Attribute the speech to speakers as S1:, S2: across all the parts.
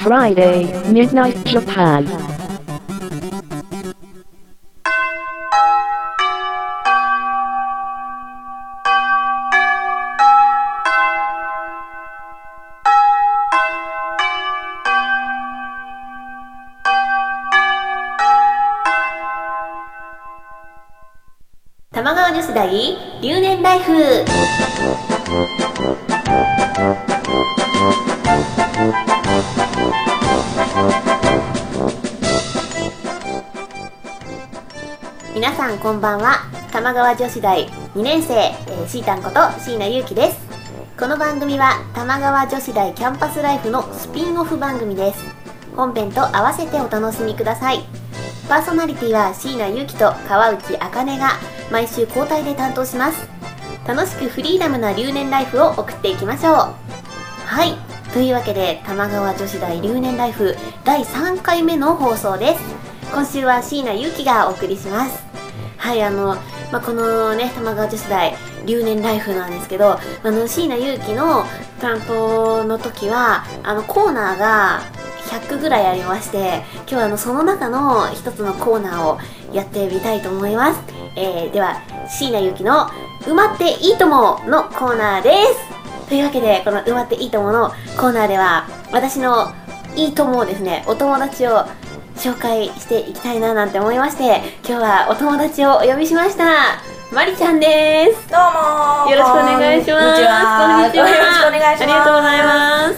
S1: Friday, Midnight Japan.
S2: 玉川女子大留年ライフ皆さんこんばんは玉川女子大2年生、えー、シータンこと椎名優樹ですこの番組は玉川女子大キャンパスライフのスピンオフ番組です本編と合わせてお楽しみくださいパーソナリティは椎名優樹と川内茜が毎週交代で担当します楽しくフリーダムな留年ライフを送っていきましょうはいというわけで玉川女子大留年ライフ第3回目の放送です今週は椎名優樹がお送りしますはいあの、まあ、このね玉川女子大留年ライフなんですけどあの椎名優樹の担当の時はあのコーナーが100ぐらいありまして今日はあのその中の一つのコーナーをやってみたいと思います、えー、では椎名ゆきの「埋まっていいとも」のコーナーですというわけでこの「埋まっていいとも」のコーナーでは私のいいともをですねお友達を紹介していきたいななんて思いまして今日はお友達をお呼びしましたまりちゃんです
S3: どうもー
S2: よろしくお願いします
S3: こんにちは
S2: こんにちは
S3: よろしくお願いします
S2: ありがとうございま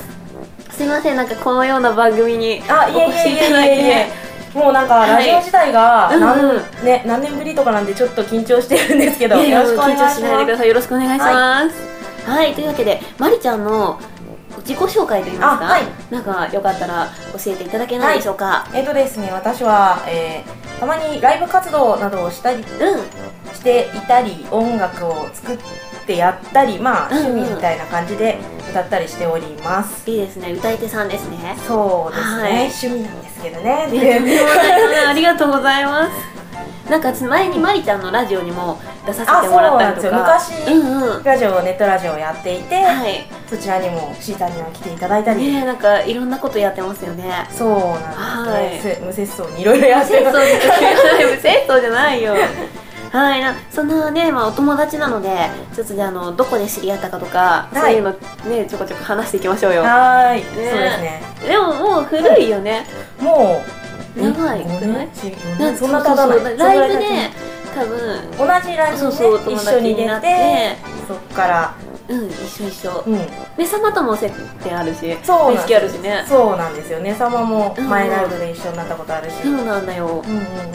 S2: すすいませんなんかこのような番組に
S3: あ、い
S2: お越し
S3: え
S2: い
S3: い
S2: ただ
S3: え
S2: い
S3: いえいえい
S2: て
S3: えもうなんかラジオ自体が
S2: い
S3: 何,、
S2: うんう
S3: ね、何年ぶりとかなんでちょっと緊張してるんですけど
S2: いや
S3: よろしくお願いし
S2: 緊
S3: ます
S2: 張しないでください。よろしくお願いします。はい、というわけで、まりちゃんの自己紹介といいますか、
S3: あはい
S2: なんかよかったら教えていただけないでしょうか。
S3: えっとですね、私は、えーたまにライブ活動などをした
S2: う
S3: り
S2: ん、
S3: していたり音楽を作ってやったりまあ
S2: うんうん
S3: 趣味みたいな感じで歌ったりしております、
S2: いいですね。歌い手さんです ね。
S3: そうですね、
S2: はい
S3: 趣味なんですけど
S2: いやとん
S3: ね
S2: でもないありがとうございます。なんか前にまりちゃんのラジオにも出させてもらったりとか。
S3: あそうなんですよ
S2: うんうん。
S3: ラジオネットラジオをやっていて、
S2: はい。
S3: そちらにもシータにも来ていただいたり、
S2: ねえ、なんかいろんなことやってますよね。
S3: そうなんですね、せ無節操にいろいろや
S2: 無
S3: って
S2: 戦争
S3: ます
S2: じゃない、無戦争じゃないよ。はい、なそのね、まあ、お友達なので、ちょっとね、あの、どこで知り合ったかとか、
S3: はい
S2: そういうの、ね、ちょこちょこ話していきましょうよ。
S3: はーい、
S2: ね
S3: そうですね
S2: でも、もう古いよね。
S3: もう
S2: 長い
S3: 5
S2: くない
S3: 年4年そんな経た
S2: そう
S3: な
S2: そ
S3: いう
S2: そう
S3: そんぐら
S2: ライ
S3: い経
S2: ブ
S3: た
S2: で
S3: ない、
S2: 多分、
S3: 同じライブ
S2: そう
S3: に,、ね、
S2: そう、お友
S3: 一緒
S2: 達
S3: に
S2: にな
S3: 出
S2: ってて、
S3: そっから
S2: うん、一緒一緒。
S3: うん
S2: ね、様とも接点あるし、
S3: そう
S2: 面
S3: なん
S2: 識あるしね。
S3: そうなんですよね様も
S2: うん
S3: 前ライブで一緒になったことあるし、
S2: そうなんだよ。
S3: うんうん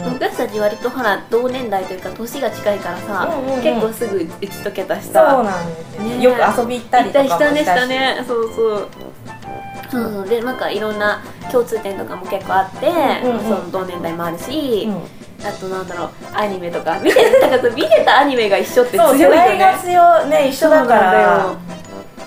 S3: うん
S2: 私たち割とほら同年代というか年が近いからさ、
S3: うんうんうん
S2: 結構すぐ打ち解けたし
S3: そう
S2: さ
S3: なんですよ、
S2: ね
S3: ね、よく遊び行った
S2: 行
S3: り
S2: っ
S3: とか
S2: た
S3: も
S2: り
S3: し
S2: したたねし
S3: し
S2: たねそうそうそうそうでなんかいろんな共通点とかも結構あって、
S3: うんうん
S2: その同年代もあるし、
S3: うん
S2: あとなんだろうアニメとか見 てなんか見てたアニメが一緒って
S3: そ
S2: 強
S3: う
S2: いよ
S3: 世代が
S2: ね
S3: 強いね一緒だから
S2: そうなんだよ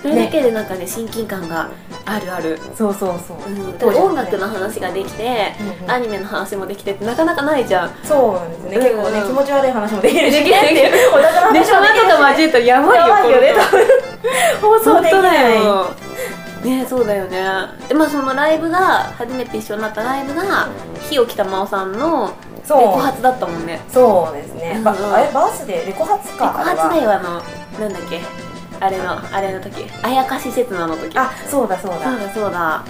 S2: それだけでなんかね親近感があるある、
S3: そうそうそ
S2: う
S3: う、
S2: ん、
S3: 当時はね
S2: 音楽の話ができて、
S3: うんうん
S2: アニメの話もできてってなかなかないじゃん
S3: そうなんですね、
S2: うん
S3: 結構ね気持ち悪い話もできるし
S2: できるできる
S3: お腹の
S2: でし
S3: 話
S2: ょ
S3: もできる
S2: とか交えたらやばいよ
S3: やばいよね
S2: この人
S3: 放送
S2: 本
S3: でき
S2: 当
S3: な
S2: だ
S3: い
S2: よねそうだよねでまあそのライブが初めて一緒になったライブが日置玉緒さんのレ
S3: そう
S2: コ発だったもんね
S3: そうですね、ば
S2: うんうん
S3: あれバースデーレコ発
S2: レコ
S3: か
S2: 発だ
S3: よ
S2: よあのなんだっけあれのあれの時あやかし刹那の時
S3: あそうだそうだ、
S2: そうだそうだ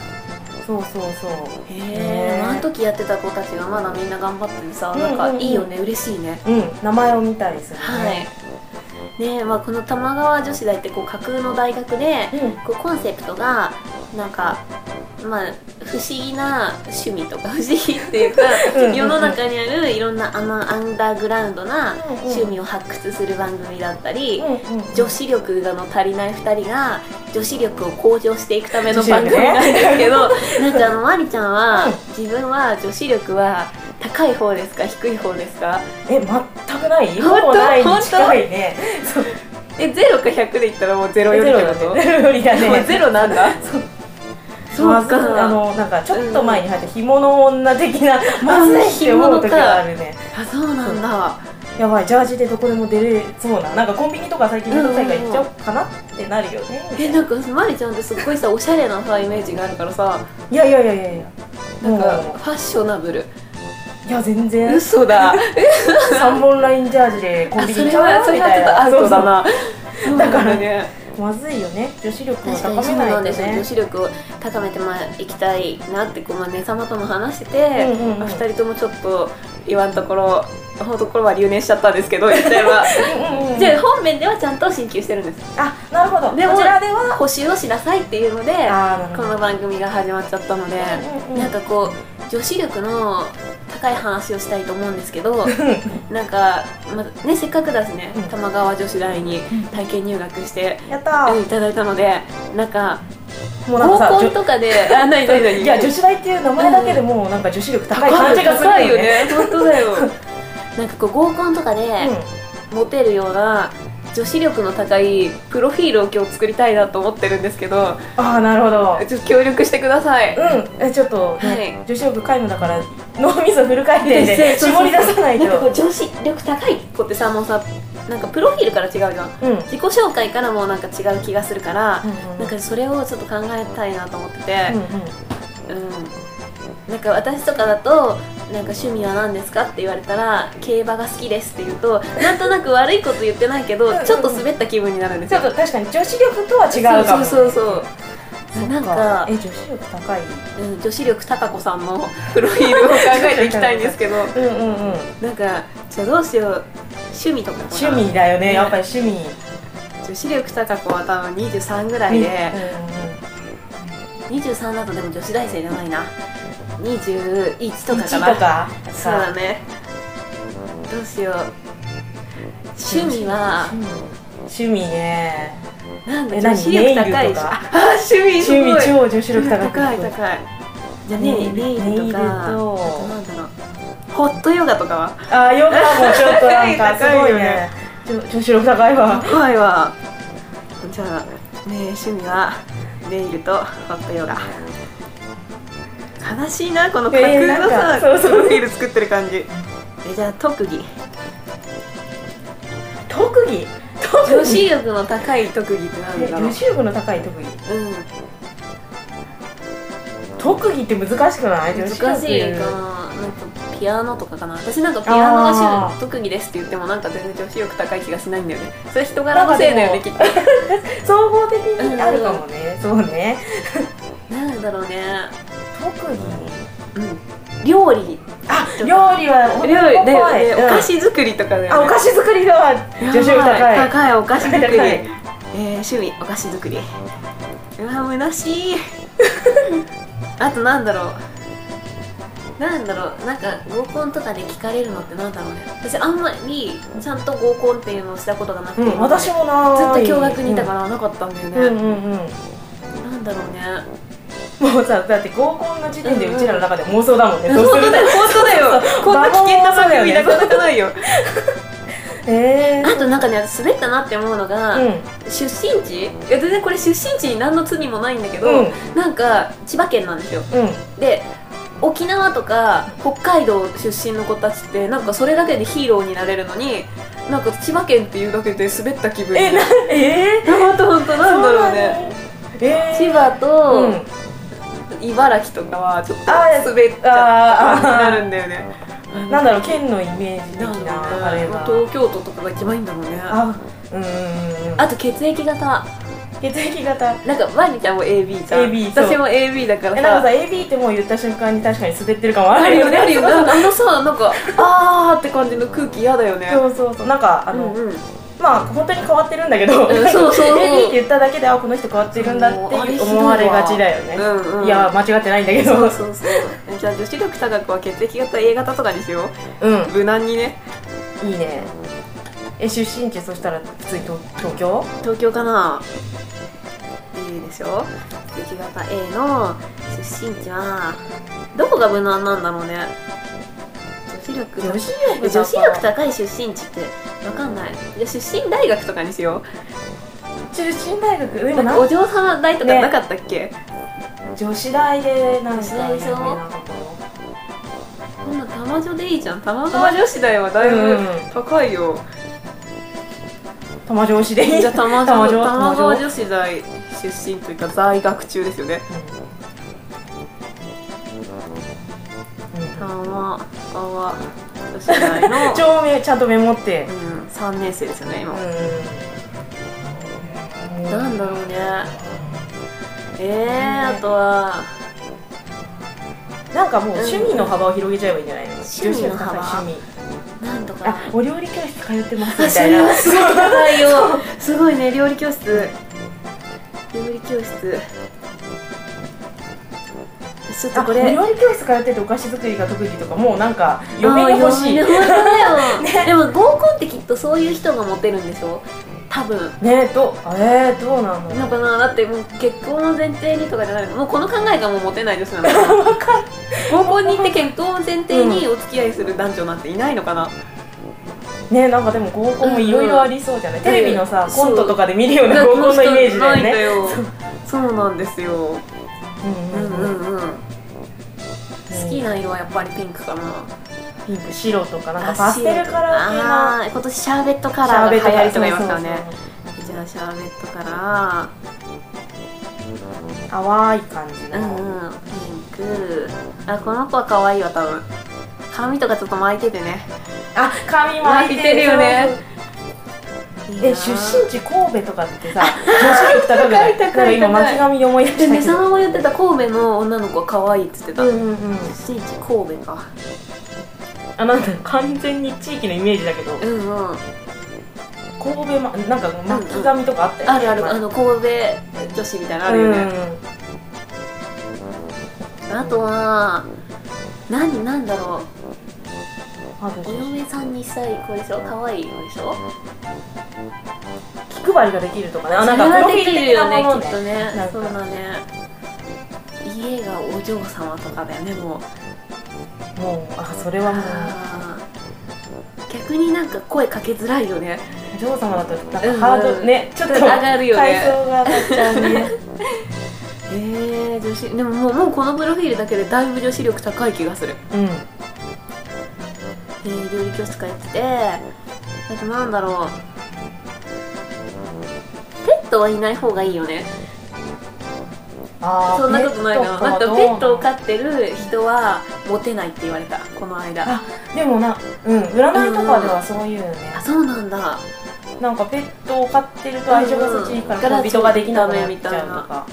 S3: そうそうそう
S2: へ
S3: ね
S2: えあの時やってた子たちがまだみんな頑張ってるさ
S3: うんうん
S2: な
S3: うんん
S2: かいいよね嬉しいね
S3: うん名前を見たりするね、
S2: はいねまあこの玉川女子大ってこう架空の大学で
S3: うん
S2: こうコンセプトがなんかまあ不思議な趣味とか不思議っていうか
S3: うんうんうん
S2: 世の中にあるいろんなあのアンダーグラウンドな
S3: うんうん
S2: 趣味を発掘する番組だったり、
S3: うんうん
S2: 女子力がの足りない2人が女子力を向上していくための番組
S3: 女子力ね
S2: なんですけど、 なんかあのまりちゃんは
S3: うん
S2: 自分は女子力は高い方ですか低い方ですか
S3: え全くない
S2: 本当
S3: ほぼない
S2: 本
S3: に
S2: 当
S3: 近いね
S2: え0か100で言ったらもう0より
S3: ゼ
S2: っ
S3: ロ
S2: て
S3: だ
S2: こと
S3: ねゼロよりだね
S2: もうゼロなん だ
S3: まずあのなんかちょっと前に入った干物女的なまずいって思う時があるね
S2: あそうなんだ
S3: やばいジャージでどこでも出れそうななんかコンビニとか最近めんどくさいから行っちゃおうかなってなるよね
S2: えなんかマリちゃんってすっごいさおしゃれなさイメージがあるからさ
S3: いやいやいやいやいや
S2: なんか
S3: も
S2: ファッショナブル
S3: ういや全然
S2: 嘘 だ
S3: 三本ラインジャージでコン
S2: あ
S3: ビ
S2: そ
S3: ニ行っ
S2: れ
S3: ちゃ
S2: は
S3: う
S2: そ
S3: み
S2: れは
S3: た
S2: ちょ
S3: い
S2: っと
S3: な
S2: アウトだな
S3: そうだから
S2: ね
S3: まずいよね女子力を
S2: 確か
S3: 高
S2: にそ
S3: め
S2: う
S3: ない
S2: な
S3: と
S2: んですよ女
S3: ね
S2: 子力を高めてまあいきたいなってこう、まあ、姉様とも話してて、
S3: うんうんうん
S2: まあ、2人ともちょっと言わんところほんところは留年しちゃったんです けど言っちゃえば
S3: うんうんうん
S2: じゃあ本面ではちゃんと進級してるんです
S3: あなるほどこ
S2: でも
S3: ちらでは
S2: 補習をしなさいっていうので
S3: あーなる
S2: こ
S3: ほど
S2: の番組が始まっちゃったので、
S3: うんうん
S2: なんかこう女子力の高い話をしたいと思うんですけどなんか、まあね、せっかくだしね
S3: うん
S2: 玉川女子大に体験入学して、
S3: やったー
S2: うんいただいたのでなんか
S3: もうなんか
S2: 合
S3: さ
S2: コ
S3: 女
S2: ンとかであないないない
S3: いや女子大っていう名前だけでもうなんか女子力高い感じがする
S2: 高いよね本当 だよなんかこう合コンとかでモテるような女子力の高いプロフィールを今日作りたいなと思ってるんですけど
S3: うん、ああなるほど
S2: ちょっと協力してください
S3: うんえちょっと、ね
S2: はい
S3: 女子力皆無だから脳みそフル回転で
S2: そうそうそう
S3: 絞り出さないと
S2: なんかこう女子力高い子ってさもうさなんかプロフィールから違うじゃん
S3: うん、うん
S2: 自己紹介からもなんか違う気がするから、
S3: うん
S2: なんかそれをちょっと考えたいなと思ってて、
S3: うん
S2: うん、なんか私とかだと「なんか趣味は何ですか?」って言われたら「競馬が好きです」って言うとなんとなく悪いこと言ってないけど
S3: うん
S2: ちょっと滑った気分になるんです
S3: ちょ
S2: よ
S3: っと確かに女子力とは違うかも
S2: そうそうそう
S3: そ
S2: そ
S3: っ
S2: うなんか
S3: え、女子力高い
S2: うん、女子力高子さんのプロフィールを考えていきたいんですけど
S3: うんうんうん
S2: なんかじゃあどうしよう趣味とかか
S3: 趣
S2: な
S3: 味だよね
S2: ね
S3: やっぱり趣味
S2: 女子力高子は多分23ぐらいで23だとでも女子大生じゃないな21と
S3: うんうん、
S2: か
S3: 1
S2: か
S3: と
S2: な
S3: か
S2: そうだねどうしよう趣味は
S3: 趣味ね
S2: なんだ
S3: え
S2: 女子力高
S3: ネイ
S2: いし
S3: ルと
S2: あ
S3: か
S2: 趣味す
S3: 趣
S2: ごい
S3: 味超女子力高く
S2: 高い高いじゃあね
S3: ネイル
S2: ネイル
S3: ネイ
S2: と
S3: ルと
S2: かあとなんだろうホットヨガとかは
S3: あーヨガもちょっとなんかす
S2: 高
S3: ご
S2: い
S3: い
S2: よ
S3: ね
S2: ね
S3: 女女子力高いわ
S2: 怖いわじゃあね趣味はネイルとホットヨガ悲しいなこの架
S3: えー
S2: 空の
S3: な
S2: さ
S3: んかそう
S2: プ
S3: そう
S2: ロフィール作ってる感じえじゃあ特技
S3: 特技
S2: 女子力の高い特技って何
S3: え
S2: だろう
S3: 女子力の高い特技
S2: うん
S3: 特技って難しくない女
S2: 難
S3: 子
S2: しい
S3: 力
S2: かななんかピアノとかかな私なんかピアノが
S3: あ
S2: 趣
S3: ー
S2: 味特技ですって言ってもなんか全然女子力高い気がしないんだよねそれ人柄のせいだよねきっと
S3: 総合的にあるかもねそうね
S2: なんだろうね
S3: 特技
S2: うん料理
S3: あ料理は
S2: 料理だよ
S3: 怖い
S2: ね
S3: うん
S2: お菓子作りとかだよね
S3: あお菓子作りは
S2: やばい
S3: 女子力高い
S2: 高いお菓子作り
S3: 高い
S2: えー趣味お菓子作りうわ虚しい あとなんだろうなんだろうなんか合コンとかで聞かれるのってなんだろうね私あんまりちゃんと合コンっていうのをしたことがなくて、
S3: うん私もな
S2: ずっと
S3: ーい
S2: 驚愕にいたからなかったんだよね、
S3: うんうんうん
S2: なんだろうね
S3: うんもうさだって合コンの時点で
S2: うんうん
S3: うちらの中で妄想だもんね
S2: 本
S3: どうす
S2: 当
S3: る
S2: だよ本当だよこんな危険な作業なかなか ないよ
S3: え
S2: あとなんかね滑ったなって思うのが、
S3: ー
S2: 出身地いや全然これ出身地に何の罪もないんだけ
S3: うん
S2: ど、なんか千葉県なんですよ
S3: うんうん
S2: で沖縄とか北海道出身の子たちってなんかそれだけでヒーローになれるのになんか千葉県っていうだけで滑った気分
S3: えなえ
S2: ほんとほんと
S3: ー
S2: なんだろうね
S3: えー
S2: 千葉
S3: う
S2: と
S3: ん
S2: 茨城とかはちょっと
S3: あー
S2: 滑っちゃった感じになるんだよね
S3: なんだろう県のイメージ的
S2: なんだ
S3: なあ
S2: ろうね
S3: れが
S2: 東京都とかが一番いいんだもんねあ
S3: あうんうんうん
S2: と血液型
S3: 血液型
S2: なんかワニちゃんも AB じゃん
S3: AB そう
S2: 私も AB だからさ
S3: えなんかさ AB ってもう言った瞬間に確かに滑ってる感は
S2: あ
S3: ある
S2: るよ
S3: よ
S2: ね
S3: ね
S2: あるよねなんかあのさなんかあーって感じの空気嫌だよね
S3: そうそうそうなんかあの、
S2: うんうん
S3: まあ本当に変わってるんだけど、
S2: うんそうそうそう
S3: AB って言っただけであこの人変わってるんだって
S2: もうあれひどいわ
S3: 思われがちだよね、
S2: うんうん
S3: いや間違ってないんだけど
S2: そうそうそうえじゃあ女子力高くは血液型 A 型とかにしよう無難にね
S3: うんいいねえ出身地そしたら普通に東東京
S2: 東京かな A でしょ血液型 A の出身地はどこが無難なんだろうね女子力
S3: 女子力
S2: 女子力
S3: 高い
S2: 高い出身地ってわかんないじゃあ出身大学とかにしよ
S3: 出身大学で
S2: う
S3: も
S2: なん
S3: な
S2: かお嬢様大とか
S3: ね
S2: なかったっけ、
S3: 女子大でなん
S2: 女子
S3: か
S2: 大でしょ
S3: 有名なところ
S2: こんな玉女でいいじゃん玉川女子代はだいぶ
S3: うん
S2: 高いよ、
S3: 玉上司でいい
S2: じゃあ玉
S3: 玉
S2: 女
S3: 女
S2: 玉
S3: 玉
S2: 川
S3: 女
S2: 女子大出身というか在学中ですよね玉
S3: うん
S2: 川女子大 の、
S3: 帳面ちゃんとメモって
S2: うん、3年生ですよね今、
S3: うん
S2: なんだろうねえー、あとは
S3: なんかもう趣味の幅を広げちゃえばいいんじゃないの
S2: 趣味の幅
S3: 女子高い趣味
S2: なんとか
S3: あお料理教室通ってますみ
S2: あそ
S3: たい
S2: れ
S3: な
S2: はすごい高いよすごいね料理教室料理教室ちょっと
S3: あ
S2: こ
S3: こ
S2: れ
S3: れお料理教室通っててお菓子作りが特技とかもうなんか
S2: あ
S3: 嫁に欲しい
S2: 嫁
S3: ね
S2: に本当だよ、でも合コンってきっとそういう人がモテるんでしょ多分
S3: どうえー、どうなの
S2: なんかなだってもう結婚を前提にとかじゃないもうこの考えがもうモテない女子なの かな合コンに行って結婚を前提にお付き合いする男女なんていないのかな、
S3: ねなんかでも合コンもいろいろありそうじゃない、
S2: ん
S3: テレビのさ
S2: うん
S3: コントとかで見るよう な合コンのイメージだよね
S2: よ そうなんですよ
S3: うん
S2: うん
S3: うんうん
S2: うんうん好きな色はやっぱりピンクかな
S3: ピンク白とかなんか
S2: あ
S3: パステルカラー系
S2: あ
S3: な
S2: ー今年シャーベットカ
S3: シャ
S2: ラ
S3: ーベ
S2: ー
S3: ット
S2: が
S3: カ
S2: 流行
S3: ラー
S2: りとか言います
S3: そ
S2: か
S3: う
S2: ら
S3: そう
S2: ね
S3: そう
S2: じゃあシャーベットカラ
S3: 淡い感じ
S2: ーう
S3: の、
S2: んうんピンクあこの子は可愛いわ多分髪とかちょっと巻いててね
S3: あ髪巻い
S2: 巻
S3: て
S2: いてるよね
S3: そうそう
S2: いいな
S3: え出身地神戸とかってさ女子力高くない
S2: 高い高い
S3: なんか
S2: 高い
S3: 今巻き髪で思い出
S2: で
S3: し
S2: ね
S3: たけ
S2: そ
S3: ど
S2: のまま言ってた神戸の女の子は可愛いっつってた、
S3: う
S2: 出
S3: んうんうん
S2: 身地神戸か
S3: あなんだ完全に地域のイメージだけど
S2: うんうん
S3: 神戸まなんか巻き髪とかあったよ
S2: あるあるあ
S3: る
S2: の神戸女子みたいなのあるよね、あとは何なんだろ
S3: あ
S2: うお
S3: と
S2: 嫁さんにしたい子でしょ可愛い子でしょ
S3: 気配りができるとかねあ
S2: そ
S3: なん
S2: れ
S3: か
S2: は
S3: プロフ
S2: でき
S3: ィール
S2: る
S3: 的な
S2: よね
S3: もの
S2: きっと
S3: ね
S2: ね
S3: なんか
S2: そうだね家がお嬢様とかだよねもう
S3: もうあそれはもう
S2: あー逆になんか声かけづらいよね
S3: お嬢様だとなん
S2: うんうん
S3: かハードルねちょっと
S2: 上がるよね
S3: 階層が上がっちゃうね
S2: えー、女子でももうもうこのプロフィールだけでだいぶ女子力高い気がする
S3: うん
S2: えー料理教室通っててあとなんだろうペットはいない方がいいよね
S3: あー
S2: そんなことないの
S3: ペット
S2: なんか
S3: とか
S2: ペット
S3: ど
S2: を
S3: う
S2: 飼ってる人はモテないって言われたこの間
S3: あでもなうん占いとかではそういうよね
S2: あそうなんだ
S3: なんかペットを飼ってると愛情がそっちに行くから恋人ができなくなっちゃうとか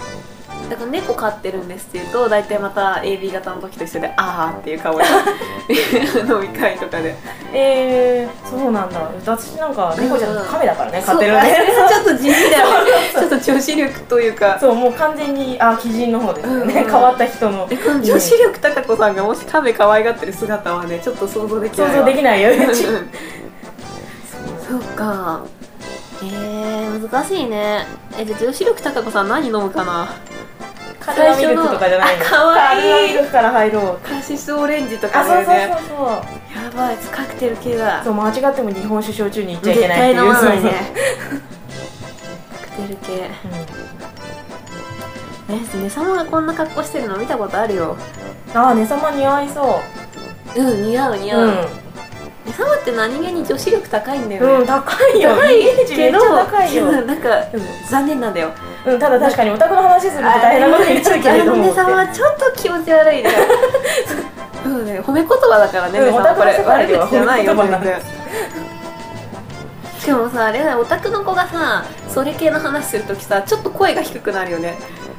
S2: だから猫飼ってるんですって言うと大体また AB 型の時と一緒で「あー」っていう顔で 飲み会とかで
S3: えー、そうなんだ私なんか猫じゃなくて亀だからね飼ってるん
S2: そう
S3: で
S2: あれちょっと地味だよねちょっと女子力というか
S3: そうもう完全にあ鬼人の方ですよね、
S2: うんうん
S3: 変わった人の
S2: 女子力高子さんがもし亀可愛がってる姿はねちょっと想像でき
S3: 想
S2: ない
S3: 像できないよね
S2: ないそうかえー、難しいねえじゃあ女子力高子さん何飲むかな
S3: カルアミルクとかじゃないの
S2: 最初のあ可愛い
S3: カルアミルクから入ろう
S2: カシスオレンジとか
S3: あ
S2: だ
S3: そう
S2: よね
S3: そうそうそう
S2: やばいカクテル系だ
S3: そう間違っても日本酒焼酎に行っちゃい
S2: 絶
S3: けない
S2: 対
S3: ってい
S2: 飲
S3: う
S2: まない
S3: そう
S2: ね
S3: そう
S2: カクテル系
S3: うん
S2: えねさまがこんな格好してるの見たことあるよ
S3: ああ、ねさま似合いそ
S2: うん似合う似
S3: う。
S2: 合う、ね
S3: う
S2: さまって何気に女子力高いんだ
S3: ん、
S2: よ
S3: う
S2: ね
S3: ん、、高いよ。
S2: 高い
S3: イメージめ
S2: け
S3: っち
S2: ど
S3: ゃ高い
S2: け
S3: よ。
S2: ど なんか
S3: うん
S2: 残念なんだよ
S3: うん、ただ確かにオタクの話すると大変なこと言っちゃうけれども。
S2: ね さまはちょっと気持ち悪いねうんね褒め言葉だからね、
S3: うん
S2: ねさまこれ
S3: オタクの世界
S2: 悪
S3: では
S2: 口じゃないよ
S3: 褒め言葉な
S2: 全
S3: んで
S2: 然しかもさあれだよオタクの子がさそれ系の話するときさちょっと声が低くなるよ ね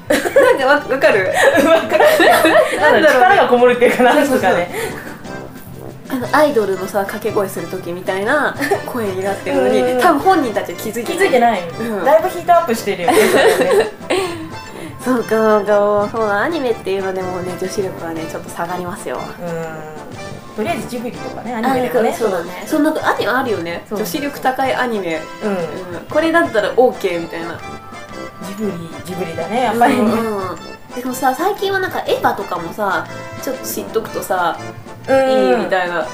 S2: なんかわわかる
S3: なんだろう力がこもるっていうかなんとかね。
S2: あのアイドルのさ掛け声する時みたいな声になってるのに
S3: うん
S2: 多分本人たちは気づい
S3: 気
S2: て
S3: づいて
S2: い
S3: ない。
S2: うん
S3: だいぶヒートアップしてるよね。それね
S2: そうかそうかもうそうだアニメっていうのでもうね女子力はねちょっと下がりますよ
S3: うん。とりあえずジブリとかね、ア
S2: ア
S3: ニメとかね。
S2: そうだねそんなアニメあるよね
S3: そう
S2: 女子力高いアニメ、
S3: うん。
S2: うん、これだったら OK みたいな
S3: ジブリ、ジブリだね、やっぱりね。
S2: う
S3: うんん
S2: うんうんでもさ最近はなんかエヴァとかもさちょっと知っとくとさ、いいみたいな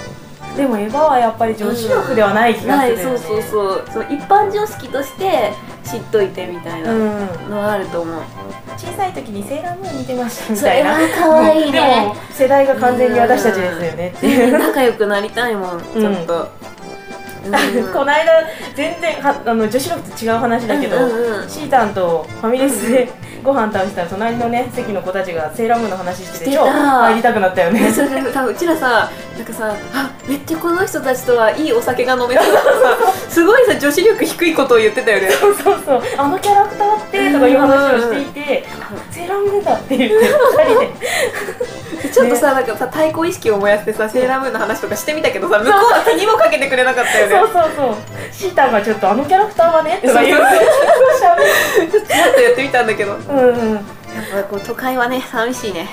S3: でもエヴァはやっぱり女子力ではない気が
S2: な
S3: す
S2: い
S3: るよ
S2: そう
S3: ね。
S2: そうそうその一般常識として知っといてみたいな
S3: うん
S2: のはあると思う、
S3: 小さい時にセーラームーン見てましたみ
S2: そ
S3: たい
S2: れは
S3: な
S2: 可愛い
S3: で
S2: ね
S3: も世代が完全に私たちですよねっていう
S2: 仲良くなりたいもんちょっと、 うん
S3: この間全然はあの女子力と違う話だけど、
S2: うんうんうん
S3: シータンとファミレスでご飯食べてたら隣のね席の子たちがセーラームーンの話して
S2: して
S3: て
S2: た
S3: 超入りたくなったよ ね
S2: それでさうちらさなんかさあめっちゃこの人たちとはいいお酒が飲めそうだとかさすごいさ女子力低いことを言ってたよね
S3: そうそうそうあのキャラクターってとかいう話をしていて、あセーラームーンだって言って二人で
S2: ちょっとさ、なんかさ対抗意識を燃やしてさセーラームーンの話とかしてみたけどさ向こうは手にもかけてくれなかったよね
S3: そうそうそうシータンがちょっとあのキャラクターはねとか言う
S2: ちょっとやってみたんだけどやっ
S3: そう喋るうんうん
S2: ぱこう都会はね寂しいね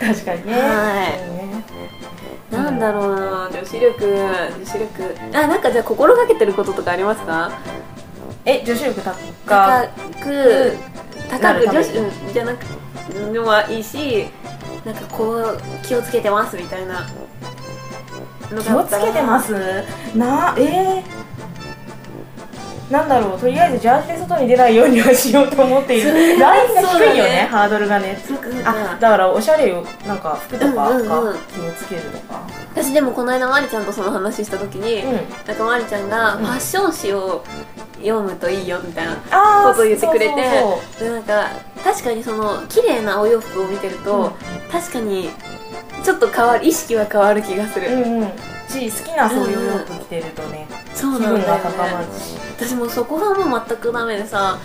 S3: 確かにね
S2: はい
S3: そうね
S2: なんだろうな女子力女子力あなんかじゃあ心がけてることとかありますか
S3: え女子力高
S2: 高
S3: か
S2: く
S3: な
S2: 高
S3: る
S2: く
S3: た
S2: 女
S3: め
S2: 子うんじゃなくでもいいしなんかこう気をつけてますみたいなの
S3: 気をつけてますなえー、なんだろうとりあえずジャージで外に出ないようにはしようと思って い
S2: それ
S3: るラインが低いよ
S2: そうだ
S3: ね
S2: ね
S3: ハードルがね
S2: そうかそうか
S3: あだからおしゃれよなんか服とかが
S2: うんうんうん
S3: 気をつけるとか
S2: 私でもこの間まりちゃんとその話した時に、
S3: うん
S2: なんかまりちゃんが
S3: う
S2: フ
S3: ん
S2: ァッション誌を読むといいよみたいな
S3: あー
S2: ことを言ってくれて
S3: そうそう
S2: でなんか確かにその綺麗なお洋服を見てると、
S3: うん
S2: 確かにちょっと変わる意識は変わる気がする、
S3: そううんうんし好きなそういう洋服着てるとね
S2: そう
S3: 気
S2: なん
S3: 分
S2: だ
S3: が
S2: よ
S3: 高ま
S2: ね
S3: るし
S2: 私もそこがもう全くダメでさ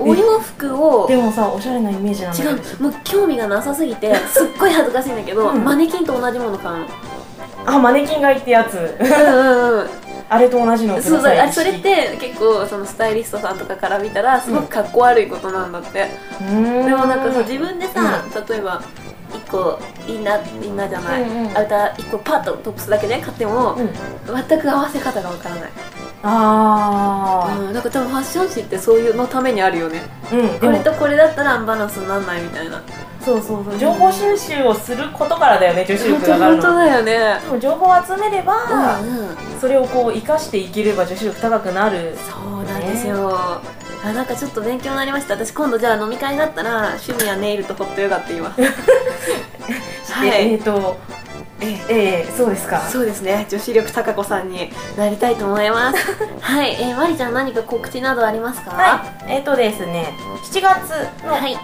S2: お洋服を
S3: でもさおしゃれなイメージなん
S2: 違
S3: だよ
S2: う
S3: ね
S2: もう興味がなさすぎてすっごい恥ずかしいんだけど、
S3: うん
S2: マネキンと同じもの買うの
S3: あマネキンがいってやつ
S2: うんうんうん
S3: あれと同じのをく
S2: そう
S3: さい
S2: だあそれって結構そのスタイリストさんとかから見たらすごくかっこ悪いことなんだって、
S3: うーん
S2: でもなんかそう自分でさ、例えば1個インナーインナーじゃない、
S3: うんうん
S2: アウター1個パッとトップスだけで買っても、
S3: うん
S2: 全く合わせ方がわからない、
S3: あ
S2: うん、なんか多分ファッション誌ってそういうのためにあるよね
S3: あうん
S2: こ
S3: で
S2: れ
S3: も
S2: とこれだったらアンバランスになんないみたいな
S3: そうそうそう情報収集をすることからだよね女子
S2: 本
S3: 力
S2: 当
S3: が上がる
S2: 本当
S3: の
S2: だよね
S3: でも情報を集めれば、
S2: うんうん
S3: それをこう生かしていければ女子力高くなる
S2: そうなんですよ、あなんかちょっと勉強になりました私今度じゃあ飲み会があったら趣味はネイルとホットヨガって言います は
S3: え
S2: い
S3: っ、とええそうですか
S2: そうですね女子力高子さんになりたいと思います はい、えー、まりちゃん何か告知などありますか
S3: はいえっ、とですね7月の
S2: はい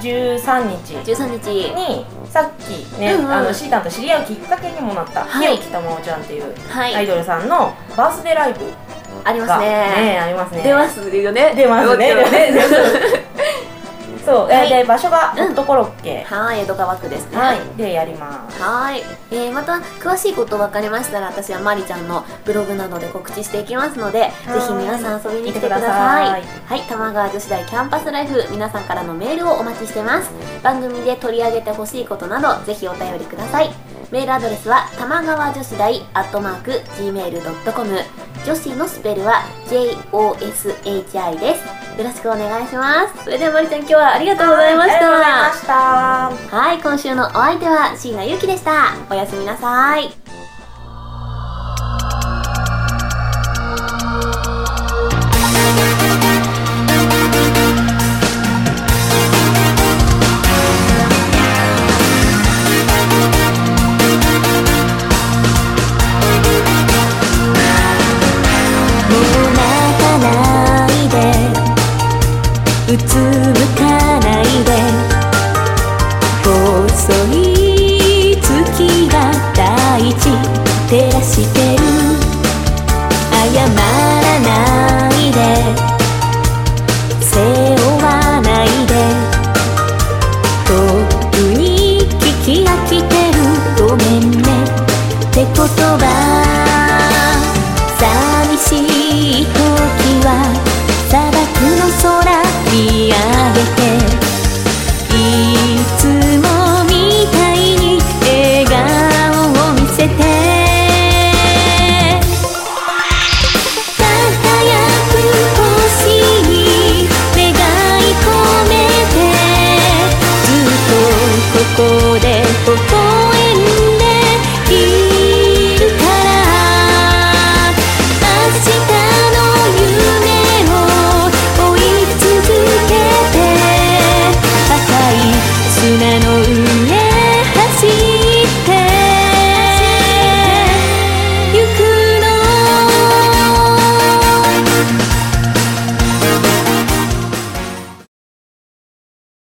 S3: 13日
S2: 13日
S3: にさっきね、
S2: うんうん
S3: あのシータンと知り合うきっかけにもなった、
S2: はい
S3: 宮城玉緒ちゃんっていう
S2: はい、
S3: アイドルさんのバースデーライブ
S2: あります
S3: が、
S2: ね
S3: ねありますね
S2: 出ますよね
S3: 出ますね
S2: 出ますよね
S3: そう、
S2: はい
S3: で場所が
S2: うん
S3: ホットコロッケ、
S2: はい江戸川区ですね
S3: はいでやります
S2: はい、えー、また詳しいこと分かりましたら私はまりちゃんのブログなどで告知していきますのでぜ
S3: い
S2: ひ皆さん遊びに来てください
S3: 見て
S2: はい玉川女子大キャンパスライフ皆さんからのメールをお待ちしてます番組で取り上げてほしいことなどぜひお便りくださいメールアドレスは玉川女子大アットマーク Gmail.com 女子のスペルは JOSHI ですよろしくお願いしますそれではまりちゃん今日はありがとうございまし
S3: ありがとうござい
S2: た
S3: ました
S2: はい、今週のお相手は椎名ゆうきでした。おやすみなさい。